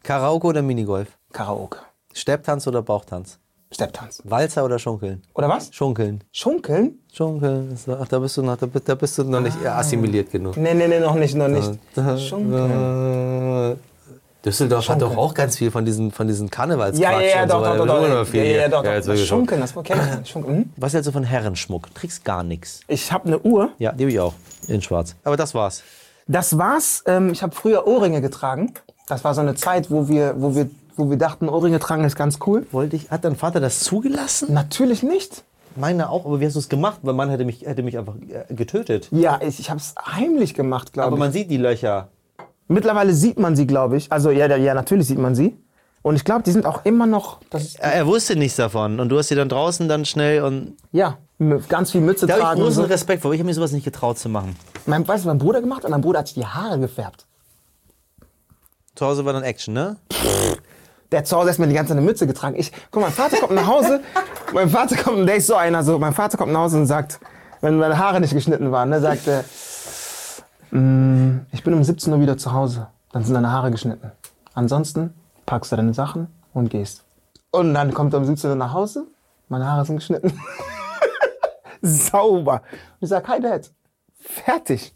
[SPEAKER 4] Karaoke oder Minigolf?
[SPEAKER 2] Karaoke.
[SPEAKER 4] Stepptanz oder Bauchtanz?
[SPEAKER 2] Stepptanz.
[SPEAKER 4] Walzer oder Schunkeln?
[SPEAKER 2] Oder was?
[SPEAKER 4] Schunkeln.
[SPEAKER 2] Schunkeln?
[SPEAKER 4] Schunkeln. ist- Ach, da bist du noch, da, bi- da bist du noch nicht
[SPEAKER 2] Ah.
[SPEAKER 4] assimiliert genug.
[SPEAKER 2] Nee, nee, nee, noch nicht, noch nicht. Schunkeln.
[SPEAKER 4] Düsseldorf hat doch auch ganz viel von diesen, von diesen Karnevalsquatsch
[SPEAKER 2] Ja, ja, ja,
[SPEAKER 4] und so
[SPEAKER 2] doch, doch,
[SPEAKER 4] weiter.
[SPEAKER 2] doch,
[SPEAKER 4] Da
[SPEAKER 2] doch.
[SPEAKER 4] ist
[SPEAKER 2] Ja,
[SPEAKER 4] immer
[SPEAKER 2] ja,
[SPEAKER 4] noch viel.
[SPEAKER 2] ja, doch,
[SPEAKER 4] Ja,
[SPEAKER 2] doch.
[SPEAKER 4] jetzt wirklich schon.
[SPEAKER 2] Schunkeln, das war okay. Schunkeln. hm?
[SPEAKER 1] Was hältst du von Herrenschmuck? Du Trägst gar nichts.
[SPEAKER 2] Ich habe eine Uhr.
[SPEAKER 1] Ja, die hab ich auch. In schwarz. Aber das war's.
[SPEAKER 2] Das war's. Ähm, ich habe früher Ohrringe getragen. Das war so eine Zeit, wo wir, wo wir, wo wir dachten, Ohrringe tragen ist ganz cool.
[SPEAKER 1] Wollte ich, hat dein Vater das zugelassen?
[SPEAKER 2] Natürlich nicht.
[SPEAKER 1] Meine auch, aber wie hast du es gemacht? Mein Mann hätte mich, hätte mich einfach äh, getötet.
[SPEAKER 2] Ja, ich, ich habe es heimlich gemacht,
[SPEAKER 1] Aber
[SPEAKER 2] glaube ich.
[SPEAKER 1] man sieht die Löcher.
[SPEAKER 2] Mittlerweile sieht man sie, glaube ich. Also ja, ja, ja, natürlich sieht man sie. Und ich glaube, die sind auch immer noch. Das ist,
[SPEAKER 1] Er, er wusste nichts davon. Und du hast sie dann draußen dann schnell und.
[SPEAKER 2] ja, m- ganz viel Mütze
[SPEAKER 1] Da habe ich
[SPEAKER 2] tragen. und
[SPEAKER 1] großen
[SPEAKER 2] so.
[SPEAKER 1] Respekt vor. Ich habe mir sowas nicht getraut zu machen.
[SPEAKER 2] Mein, weißt du, mein Bruder gemacht und mein Bruder hat sich die Haare gefärbt.
[SPEAKER 1] Zu Hause war dann Action, ne?
[SPEAKER 2] Der hat zu Hause erstmal die ganze Zeit eine Mütze getragen. Ich, guck, mein Vater kommt
[SPEAKER 1] <laughs>
[SPEAKER 2] nach Hause, mein Vater kommt, und der ist so einer, so, mein Vater kommt nach Hause und sagt, wenn meine Haare nicht geschnitten waren, ne, sagt er, "Mm, ich bin um 17 Uhr wieder zu Hause, dann sind deine Haare geschnitten. Ansonsten packst du deine Sachen und gehst. Und dann kommt er um 17 Uhr nach Hause, meine Haare sind geschnitten. <laughs> Sauber. Und ich sag, hi Dad, fertig.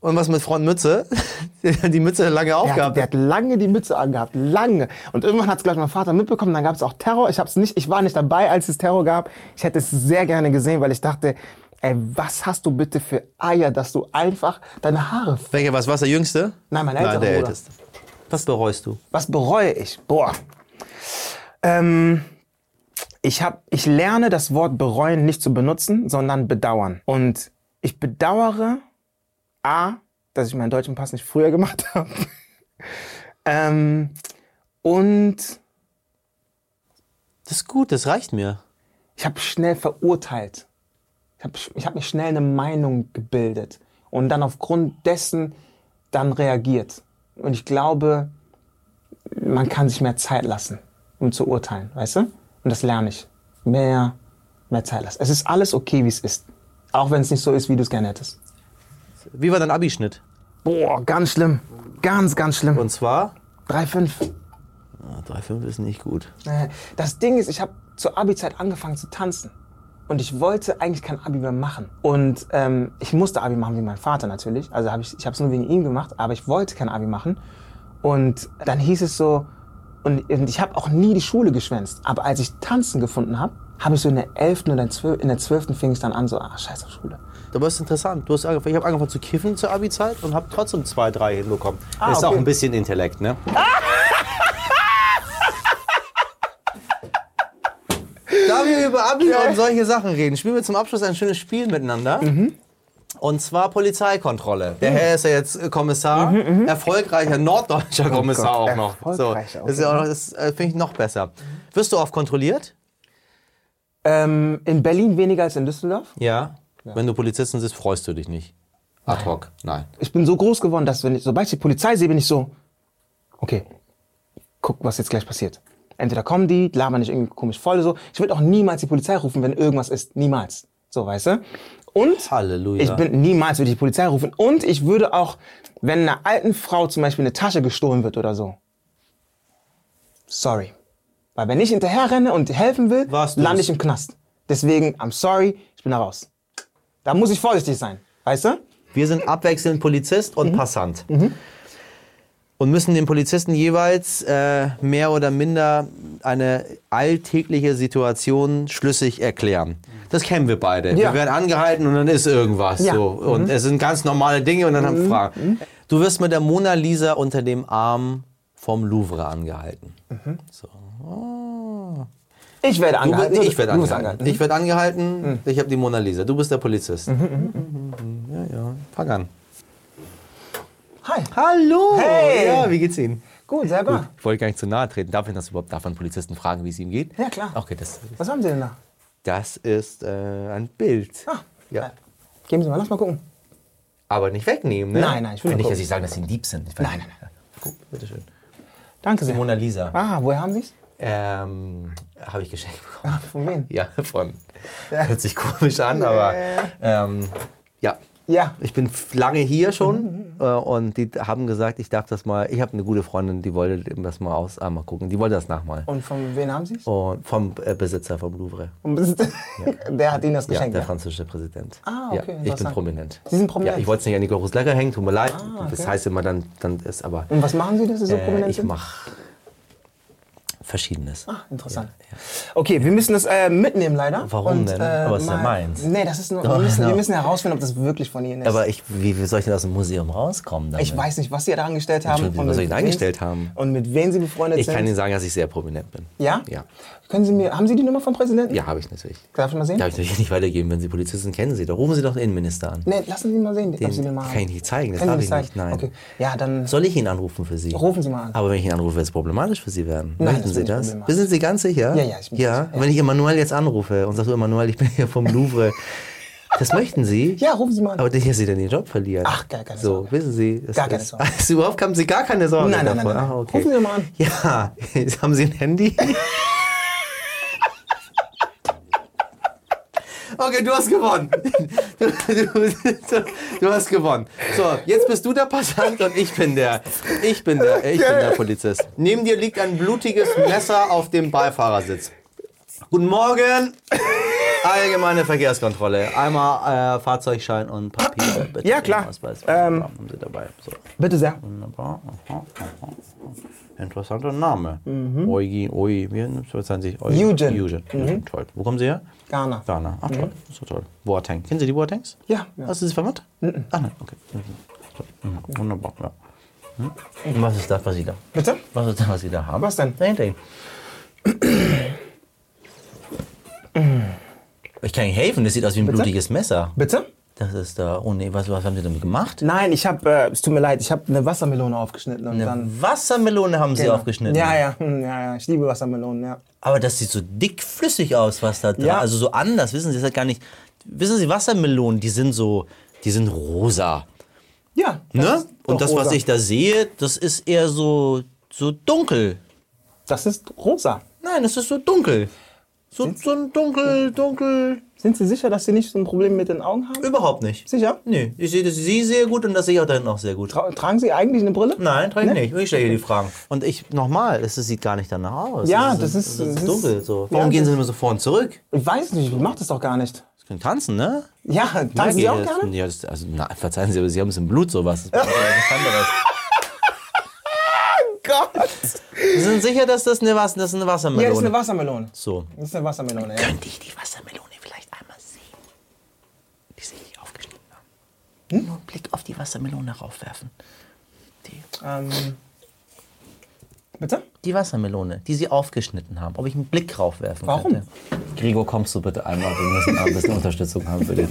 [SPEAKER 4] Und was mit Frontmütze?
[SPEAKER 1] <laughs>
[SPEAKER 4] Die Mütze lange
[SPEAKER 2] Der hat,
[SPEAKER 4] aufgehabt.
[SPEAKER 2] der hat lange die Mütze angehabt, lange. Und irgendwann hat es, glaube ich, mein Vater mitbekommen, dann gab es auch Terror. Ich, hab's nicht, ich war nicht dabei, als es Terror gab. Ich hätte es sehr gerne gesehen, weil ich dachte, ey, was hast du bitte für Eier, dass du einfach deine Haare... f-
[SPEAKER 4] Welcher was? Was der Jüngste?
[SPEAKER 2] Nein, mein
[SPEAKER 4] Nein,
[SPEAKER 2] älterer
[SPEAKER 4] der
[SPEAKER 2] Bruder.
[SPEAKER 4] Älteste. Was bereust du?
[SPEAKER 2] Was bereue ich? Boah. Ähm, ich, hab, ich lerne das Wort bereuen nicht zu benutzen, sondern bedauern. Und ich bedauere, A, dass ich meinen deutschen Pass nicht früher gemacht <laughs> habe. ähm, und...
[SPEAKER 4] Das ist gut, das reicht mir.
[SPEAKER 2] ich habe schnell verurteilt. Ich habe ich hab mir schnell eine Meinung gebildet und dann aufgrund dessen dann reagiert. Und ich glaube, man kann sich mehr Zeit lassen, um zu urteilen, weißt du? Und das lerne ich. Mehr, mehr Zeit lassen. Es ist alles okay, wie es ist. Auch wenn es nicht so ist, wie du es gerne hättest.
[SPEAKER 4] Wie war dein Abischnitt?
[SPEAKER 2] Boah, ganz schlimm. Ganz, ganz schlimm.
[SPEAKER 4] Und zwar?
[SPEAKER 2] 3,5.
[SPEAKER 4] Ah, 3,5 ist nicht gut.
[SPEAKER 2] Äh, Das Ding ist, ich habe zur Abi-Zeit angefangen zu tanzen. Und ich wollte eigentlich kein Abi mehr machen. Und ähm, ich musste Abi machen, wie mein Vater natürlich. Also hab ich, ich habe es nur wegen ihm gemacht, aber ich wollte kein Abi machen. Und dann hieß es so, und, und ich habe auch nie die Schule geschwänzt. Aber als ich Tanzen gefunden habe, habe ich so in der 11. oder in 12 in der 12. fing ich dann an, so, ah, scheiß auf Schule.
[SPEAKER 4] Aber das ist interessant. Du hast angefangen, ich habe angefangen zu kiffen zur Abi-Zeit und habe trotzdem 2, 3 hinbekommen.
[SPEAKER 1] Ah, Ist
[SPEAKER 2] okay.
[SPEAKER 1] auch ein bisschen Intellekt,
[SPEAKER 4] <laughs>
[SPEAKER 1] ne?
[SPEAKER 4] Da wir über Abi und solche Sachen reden, spielen wir zum Abschluss ein schönes Spiel miteinander. Und zwar Polizeikontrolle. Der Herr ist ja jetzt äh, Kommissar, erfolgreicher norddeutscher Kommissar auch noch. So, das
[SPEAKER 2] erfolgreicher,
[SPEAKER 4] ist ja auch noch- das äh, finde ich noch besser. Wirst du oft kontrolliert?
[SPEAKER 2] Ähm, in Berlin weniger als in Düsseldorf.
[SPEAKER 4] Ja. Wenn du Polizisten bist, freust du dich nicht. Ad hoc, nein.
[SPEAKER 2] ich bin so groß geworden, dass wenn ich, sobald ich die Polizei sehe, bin ich so, okay, guck, was jetzt gleich passiert. Entweder kommen die, labern dich irgendwie komisch voll so. Ich würde auch niemals die Polizei rufen, wenn irgendwas ist. Niemals. So, weißt du? Und
[SPEAKER 4] Halleluja.
[SPEAKER 2] ich bin niemals würde ich die Polizei rufen. Und ich würde auch, wenn einer alten Frau zum Beispiel eine Tasche gestohlen wird oder so. Sorry. Weil wenn ich hinterher renne und helfen will,
[SPEAKER 4] Warst du's.
[SPEAKER 2] lande ich im Knast. Deswegen, I'm sorry, ich bin da raus. Da muss ich vorsichtig sein. Weißt du?
[SPEAKER 4] Wir sind abwechselnd Polizist
[SPEAKER 2] Mhm.
[SPEAKER 4] und Passant. Und müssen den Polizisten jeweils äh, mehr oder minder eine alltägliche Situation schlüssig erklären. Das kennen wir beide.
[SPEAKER 2] Ja.
[SPEAKER 4] Wir werden angehalten und dann ist irgendwas.
[SPEAKER 2] Ja. Mhm.
[SPEAKER 4] So. Und es sind ganz normale Dinge und dann haben wir Fragen. Du wirst mit der Mona Lisa unter dem Arm vom Louvre angehalten.
[SPEAKER 2] Mhm.
[SPEAKER 4] Ah.
[SPEAKER 2] Ich werde
[SPEAKER 4] Du,
[SPEAKER 2] angehalten. Mhm.
[SPEAKER 4] bist- ich werde
[SPEAKER 2] Du wirst
[SPEAKER 4] angehalten. Ich werde angehalten. Ich habe die Mona Lisa. Du bist der Polizist.
[SPEAKER 2] mhm,
[SPEAKER 4] Ja, ja. Fang an.
[SPEAKER 2] Hi.
[SPEAKER 4] Hallo!
[SPEAKER 2] Hey!
[SPEAKER 4] Ja, wie geht's Ihnen?
[SPEAKER 2] Gut, selber.
[SPEAKER 4] Ich wollte gar nicht zu nahe treten. Darf ich das überhaupt? Darf man Polizisten fragen, wie es ihm geht?
[SPEAKER 2] Ja, klar.
[SPEAKER 4] Okay, das,
[SPEAKER 2] Was haben Sie denn da?
[SPEAKER 4] das ist äh, ein Bild.
[SPEAKER 2] Ah.
[SPEAKER 4] Ja.
[SPEAKER 2] Geben Sie mal, lass mal gucken.
[SPEAKER 4] Aber nicht wegnehmen, ne?
[SPEAKER 2] Nein, nein, ich will nur
[SPEAKER 4] nicht,
[SPEAKER 2] gucken.
[SPEAKER 4] dass ich sage, dass Sie ein Dieb sind. Ich weiß
[SPEAKER 2] Nein,
[SPEAKER 4] nicht.
[SPEAKER 2] nein,
[SPEAKER 4] Guck, bitteschön.
[SPEAKER 2] Danke sehr.
[SPEAKER 4] Mona Lisa.
[SPEAKER 2] Ah, woher haben Sie es?
[SPEAKER 4] Ähm, Habe ich geschenkt bekommen. <laughs>
[SPEAKER 2] Von wem?
[SPEAKER 4] Ja, von. Hört sich komisch an, aber ähm, ja.
[SPEAKER 2] Ja.
[SPEAKER 4] Ich bin f- lange hier schon äh, und die haben gesagt, ich darf das mal. Ich habe eine gute Freundin, die wollte eben das mal aus, ah, mal gucken. Die wollte das nachmalen.
[SPEAKER 2] Und von wem haben Sie es?
[SPEAKER 4] Und vom äh, Besitzer vom Louvre.
[SPEAKER 2] <laughs> Der hat Ihnen das
[SPEAKER 4] Ja,
[SPEAKER 2] geschenkt.
[SPEAKER 4] der
[SPEAKER 2] Ja,
[SPEAKER 4] französische Präsident.
[SPEAKER 2] Ah, okay,
[SPEAKER 4] ja, ich bin
[SPEAKER 2] interessant.
[SPEAKER 4] prominent.
[SPEAKER 2] Sie sind prominent? Ah,
[SPEAKER 4] Ja, ich wollte es nicht an die Glorus Lecker hängen, tut mir leid. Das
[SPEAKER 2] okay.
[SPEAKER 4] heißt immer, dann, dann ist aber.
[SPEAKER 2] Und was machen Sie, dass Sie so
[SPEAKER 4] Äh,
[SPEAKER 2] prominent
[SPEAKER 4] ich
[SPEAKER 2] sind?
[SPEAKER 4] mache Verschiedenes.
[SPEAKER 2] Ah, Interessant. Okay, wir müssen das äh, mitnehmen leider. äh,
[SPEAKER 4] Warum denn? Aber es ist ja
[SPEAKER 2] mal-
[SPEAKER 4] meins.
[SPEAKER 2] Nee, das ist nur,
[SPEAKER 4] Doch,
[SPEAKER 2] wir, müssen,
[SPEAKER 4] genau.
[SPEAKER 2] wir müssen herausfinden, ob das wirklich von Ihnen ist.
[SPEAKER 4] Aber ich, wie, wie soll ich denn aus dem Museum rauskommen? Damit?
[SPEAKER 2] ich weiß nicht, was Sie da angestellt haben.
[SPEAKER 4] Entschuldigung, was soll ich denn
[SPEAKER 2] mit wem-
[SPEAKER 4] angestellt haben?
[SPEAKER 2] Und mit wem Sie befreundet
[SPEAKER 4] Ich
[SPEAKER 2] sind.
[SPEAKER 4] kann Ihnen sagen, dass ich sehr prominent bin.
[SPEAKER 2] ja?
[SPEAKER 4] Ja,
[SPEAKER 2] Können Sie mir, haben Sie die Nummer vom Präsidenten?
[SPEAKER 4] ja habe ich natürlich.
[SPEAKER 2] Darf ich mal sehen?
[SPEAKER 4] Darf ich natürlich nicht weitergeben, wenn Sie Polizisten kennen Sie. Da rufen Sie doch den Innenminister an.
[SPEAKER 2] Nee, lassen Sie mal sehen, ob Sie den mal haben.
[SPEAKER 4] kann ich nicht zeigen, das
[SPEAKER 2] Können Sie
[SPEAKER 4] darf
[SPEAKER 2] mir
[SPEAKER 4] ich
[SPEAKER 2] zeigen?
[SPEAKER 4] nicht. Nein.
[SPEAKER 2] Okay. Ja, dann
[SPEAKER 4] Soll ich ihn anrufen für Sie?
[SPEAKER 2] rufen Sie mal an.
[SPEAKER 4] Aber wenn ich ihn anrufe, wird es problematisch für Sie werden.
[SPEAKER 2] Nein,
[SPEAKER 4] Möchten
[SPEAKER 2] das
[SPEAKER 4] Sie
[SPEAKER 2] wird nicht
[SPEAKER 4] das?
[SPEAKER 2] problematisch.
[SPEAKER 4] Sind Sie ganz sicher?
[SPEAKER 2] Ja, ja, ich bin
[SPEAKER 4] ja.
[SPEAKER 2] sicher, ja.
[SPEAKER 4] Wenn ich Emanuel jetzt anrufe und sage, so, Emanuel, ich bin hier vom Louvre. das möchten Sie?
[SPEAKER 2] Ja, rufen Sie mal an.
[SPEAKER 4] Aber nicht, dass Sie dann den Job verlieren.
[SPEAKER 2] Ach, gar keine
[SPEAKER 4] So,
[SPEAKER 2] Sorge.
[SPEAKER 4] wissen Sie. das
[SPEAKER 2] Gar keine
[SPEAKER 4] ist-
[SPEAKER 2] Sorge.
[SPEAKER 4] Also, <laughs> überhaupt haben Sie gar keine Sorge
[SPEAKER 2] Nein, nein, nein,
[SPEAKER 4] davon.
[SPEAKER 2] nein.
[SPEAKER 4] Ah, okay.
[SPEAKER 2] Rufen Sie doch mal an.
[SPEAKER 4] Ja, <laughs> jetzt haben Sie
[SPEAKER 2] <laughs>
[SPEAKER 4] ein Handy. Okay, du hast gewonnen. Du, du, du hast gewonnen. So, jetzt bist du der Passant und ich bin der, ich bin der, ich bin der Polizist. Neben dir liegt ein blutiges Messer auf dem Beifahrersitz. Guten Morgen. Allgemeine Verkehrskontrolle. Einmal äh, Fahrzeugschein und Papier.
[SPEAKER 2] <clears throat>
[SPEAKER 4] Bitte
[SPEAKER 2] Ja, klar.
[SPEAKER 4] Den Ausweis.
[SPEAKER 2] Ähm.
[SPEAKER 4] haben Sie dabei. So.
[SPEAKER 2] Bitte sehr.
[SPEAKER 4] Wunderbar. Aha, aha. Interessanter Name. Eugen, Oi, wie nennt man sich? Eugen.
[SPEAKER 2] Mhm. Eugen. Mhm.
[SPEAKER 4] Eugen. Eugen, Toll. Wo kommen Sie her?
[SPEAKER 2] Ghana. Mhm.
[SPEAKER 4] Ghana. Ach toll. Das ist doch toll. Boateng. Kennen Sie die Boatengs?
[SPEAKER 2] Ja, ja.
[SPEAKER 4] Hast du sie verwandt? Ach nein, okay. Toll. Mhm. Wunderbar, ja. Hm? Und Was ist das, was Sie da?
[SPEAKER 2] Bitte?
[SPEAKER 4] Was ist das, was Sie da haben?
[SPEAKER 2] Was denn?
[SPEAKER 4] Da hinter Ihnen. Ich kann Ihnen helfen, das sieht aus wie ein blutiges Messer.
[SPEAKER 2] Bitte?
[SPEAKER 4] Das ist da. Oh nee, was, was haben Sie damit gemacht?
[SPEAKER 2] Nein, ich habe, äh, es tut mir leid, ich habe eine Wassermelone aufgeschnitten und dann. Genau.
[SPEAKER 4] Eine Wassermelone haben Sie aufgeschnitten.
[SPEAKER 2] Ja, ja, hm, ja, ja, ich liebe Wassermelonen, ja.
[SPEAKER 4] Aber das sieht so dickflüssig aus, was da dran.
[SPEAKER 2] Ja.
[SPEAKER 4] Also so anders, wissen Sie, das hat gar nicht. Wissen Sie, Wassermelonen, die sind so, die sind rosa.
[SPEAKER 2] Ja.
[SPEAKER 4] Ne?
[SPEAKER 2] ist doch
[SPEAKER 4] Und das, was
[SPEAKER 2] rosa.
[SPEAKER 4] ich da sehe, das ist eher so, so dunkel.
[SPEAKER 2] Das ist rosa.
[SPEAKER 4] Nein, das ist so dunkel. So, so ein dunkel, dunkel.
[SPEAKER 2] Sind Sie sicher, dass Sie nicht so ein Problem mit den Augen haben?
[SPEAKER 4] Überhaupt nicht.
[SPEAKER 2] Sicher?
[SPEAKER 4] Nee, ich sehe das Sie sehr gut und das sehe ich auch da hinten auch sehr gut.
[SPEAKER 2] Tra tragen Sie eigentlich eine Brille?
[SPEAKER 4] Nein, trage ich nicht. Ich stelle hier die Fragen. Ne? Und ich, nochmal, es sieht gar nicht danach aus.
[SPEAKER 2] Ja,
[SPEAKER 4] Es
[SPEAKER 2] das ist-
[SPEAKER 4] es
[SPEAKER 2] das ist-
[SPEAKER 4] dunkel. So.
[SPEAKER 2] Ja,
[SPEAKER 4] Warum gehen
[SPEAKER 2] das-
[SPEAKER 4] Sie immer so vor und zurück?
[SPEAKER 2] Ich weiß nicht, ich mache das doch gar nicht.
[SPEAKER 4] Sie können tanzen, ne?
[SPEAKER 2] Ja, tanzen Sie
[SPEAKER 4] Ja,
[SPEAKER 2] auch
[SPEAKER 4] das-
[SPEAKER 2] gerne?
[SPEAKER 4] Ja, das, also, na, verzeihen Sie, aber Sie haben es im Blut sowas. <laughs> Das ist ja nichts anderes.
[SPEAKER 2] Gott!
[SPEAKER 4] Sie sind sicher, dass das eine, Was das ist eine Wassermelone
[SPEAKER 2] Ja, das ist eine Wassermelone.
[SPEAKER 4] so.
[SPEAKER 2] Das ist eine Wassermelone, ja.
[SPEAKER 4] Könnte ich die Wassermelone vielleicht einmal sehen? Die sehe ich aufgeschnitten. haben. Nur einen Blick auf die Wassermelone raufwerfen. Die,
[SPEAKER 2] Ähm, bitte?
[SPEAKER 4] die Wassermelone, die Sie aufgeschnitten haben. Ob ich einen Blick raufwerfen
[SPEAKER 2] Warum?
[SPEAKER 4] könnte? Gregor, kommst du bitte einmal? Wir müssen ein bisschen Unterstützung haben für den.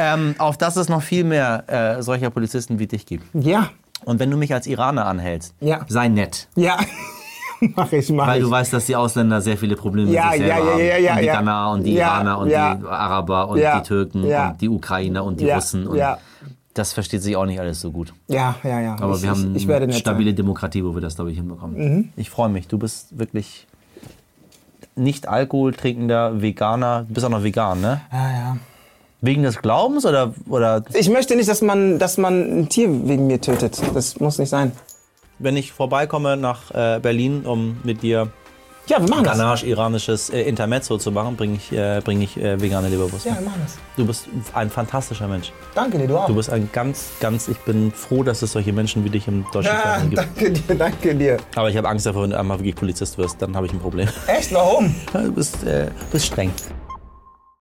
[SPEAKER 4] Ähm, auf dass es noch viel mehr äh, solcher Polizisten wie dich gibt.
[SPEAKER 2] Ja.
[SPEAKER 4] Und wenn du mich als Iraner anhältst,
[SPEAKER 2] Ja.
[SPEAKER 4] sei nett.
[SPEAKER 2] Ja. <laughs> mach ich, mach
[SPEAKER 4] Weil
[SPEAKER 2] ich.
[SPEAKER 4] du weißt, dass die Ausländer sehr viele Probleme
[SPEAKER 2] Ja,
[SPEAKER 4] mit sich
[SPEAKER 2] ja,
[SPEAKER 4] selber
[SPEAKER 2] ja, ja,
[SPEAKER 4] haben.
[SPEAKER 2] ja,
[SPEAKER 4] und die
[SPEAKER 2] ja.
[SPEAKER 4] Ghanaer und die
[SPEAKER 2] Ja, ja.
[SPEAKER 4] Iraner und die Araber und
[SPEAKER 2] Ja,
[SPEAKER 4] die Türken
[SPEAKER 2] ja.
[SPEAKER 4] und die Ukrainer und die
[SPEAKER 2] Ja,
[SPEAKER 4] Russen. Und
[SPEAKER 2] ja.
[SPEAKER 4] Das versteht sich auch nicht alles so gut.
[SPEAKER 2] Ja, ja, ja.
[SPEAKER 4] Aber
[SPEAKER 2] ich,
[SPEAKER 4] wir haben
[SPEAKER 2] ich, ich werde
[SPEAKER 4] eine
[SPEAKER 2] nett sein. Mhm.
[SPEAKER 4] stabile Demokratie, wo wir das, glaube ich, hinbekommen. Ich freue mich. Du bist wirklich nicht alkoholtrinkender Veganer. Du bist auch noch vegan, ne?
[SPEAKER 2] Ja, ja.
[SPEAKER 4] Wegen des Glaubens oder, oder
[SPEAKER 2] Ich möchte nicht, dass man, dass man ein Tier wegen mir tötet. Das muss nicht sein.
[SPEAKER 4] wenn ich vorbeikomme nach äh, Berlin, um mit dir
[SPEAKER 2] Ja, wir machen das.
[SPEAKER 4] kanarisch-iranisches äh, Intermezzo zu machen, bringe ich, äh, bring ich äh, vegane Leberwurst.
[SPEAKER 2] Ja,
[SPEAKER 4] mit.
[SPEAKER 2] wir machen das.
[SPEAKER 4] Du bist ein fantastischer Mensch.
[SPEAKER 2] Danke dir, du auch.
[SPEAKER 4] Du bist ein ganz, ganz. Ich bin froh, dass es solche Menschen wie dich im deutschen
[SPEAKER 2] ah,
[SPEAKER 4] Fernsehen
[SPEAKER 2] <laughs>
[SPEAKER 4] gibt.
[SPEAKER 2] danke dir, danke dir.
[SPEAKER 4] Aber ich habe Angst davor, wenn du einmal wirklich Polizist wirst, dann habe ich ein Problem.
[SPEAKER 2] Echt, warum?
[SPEAKER 4] Du bist, äh, bist streng.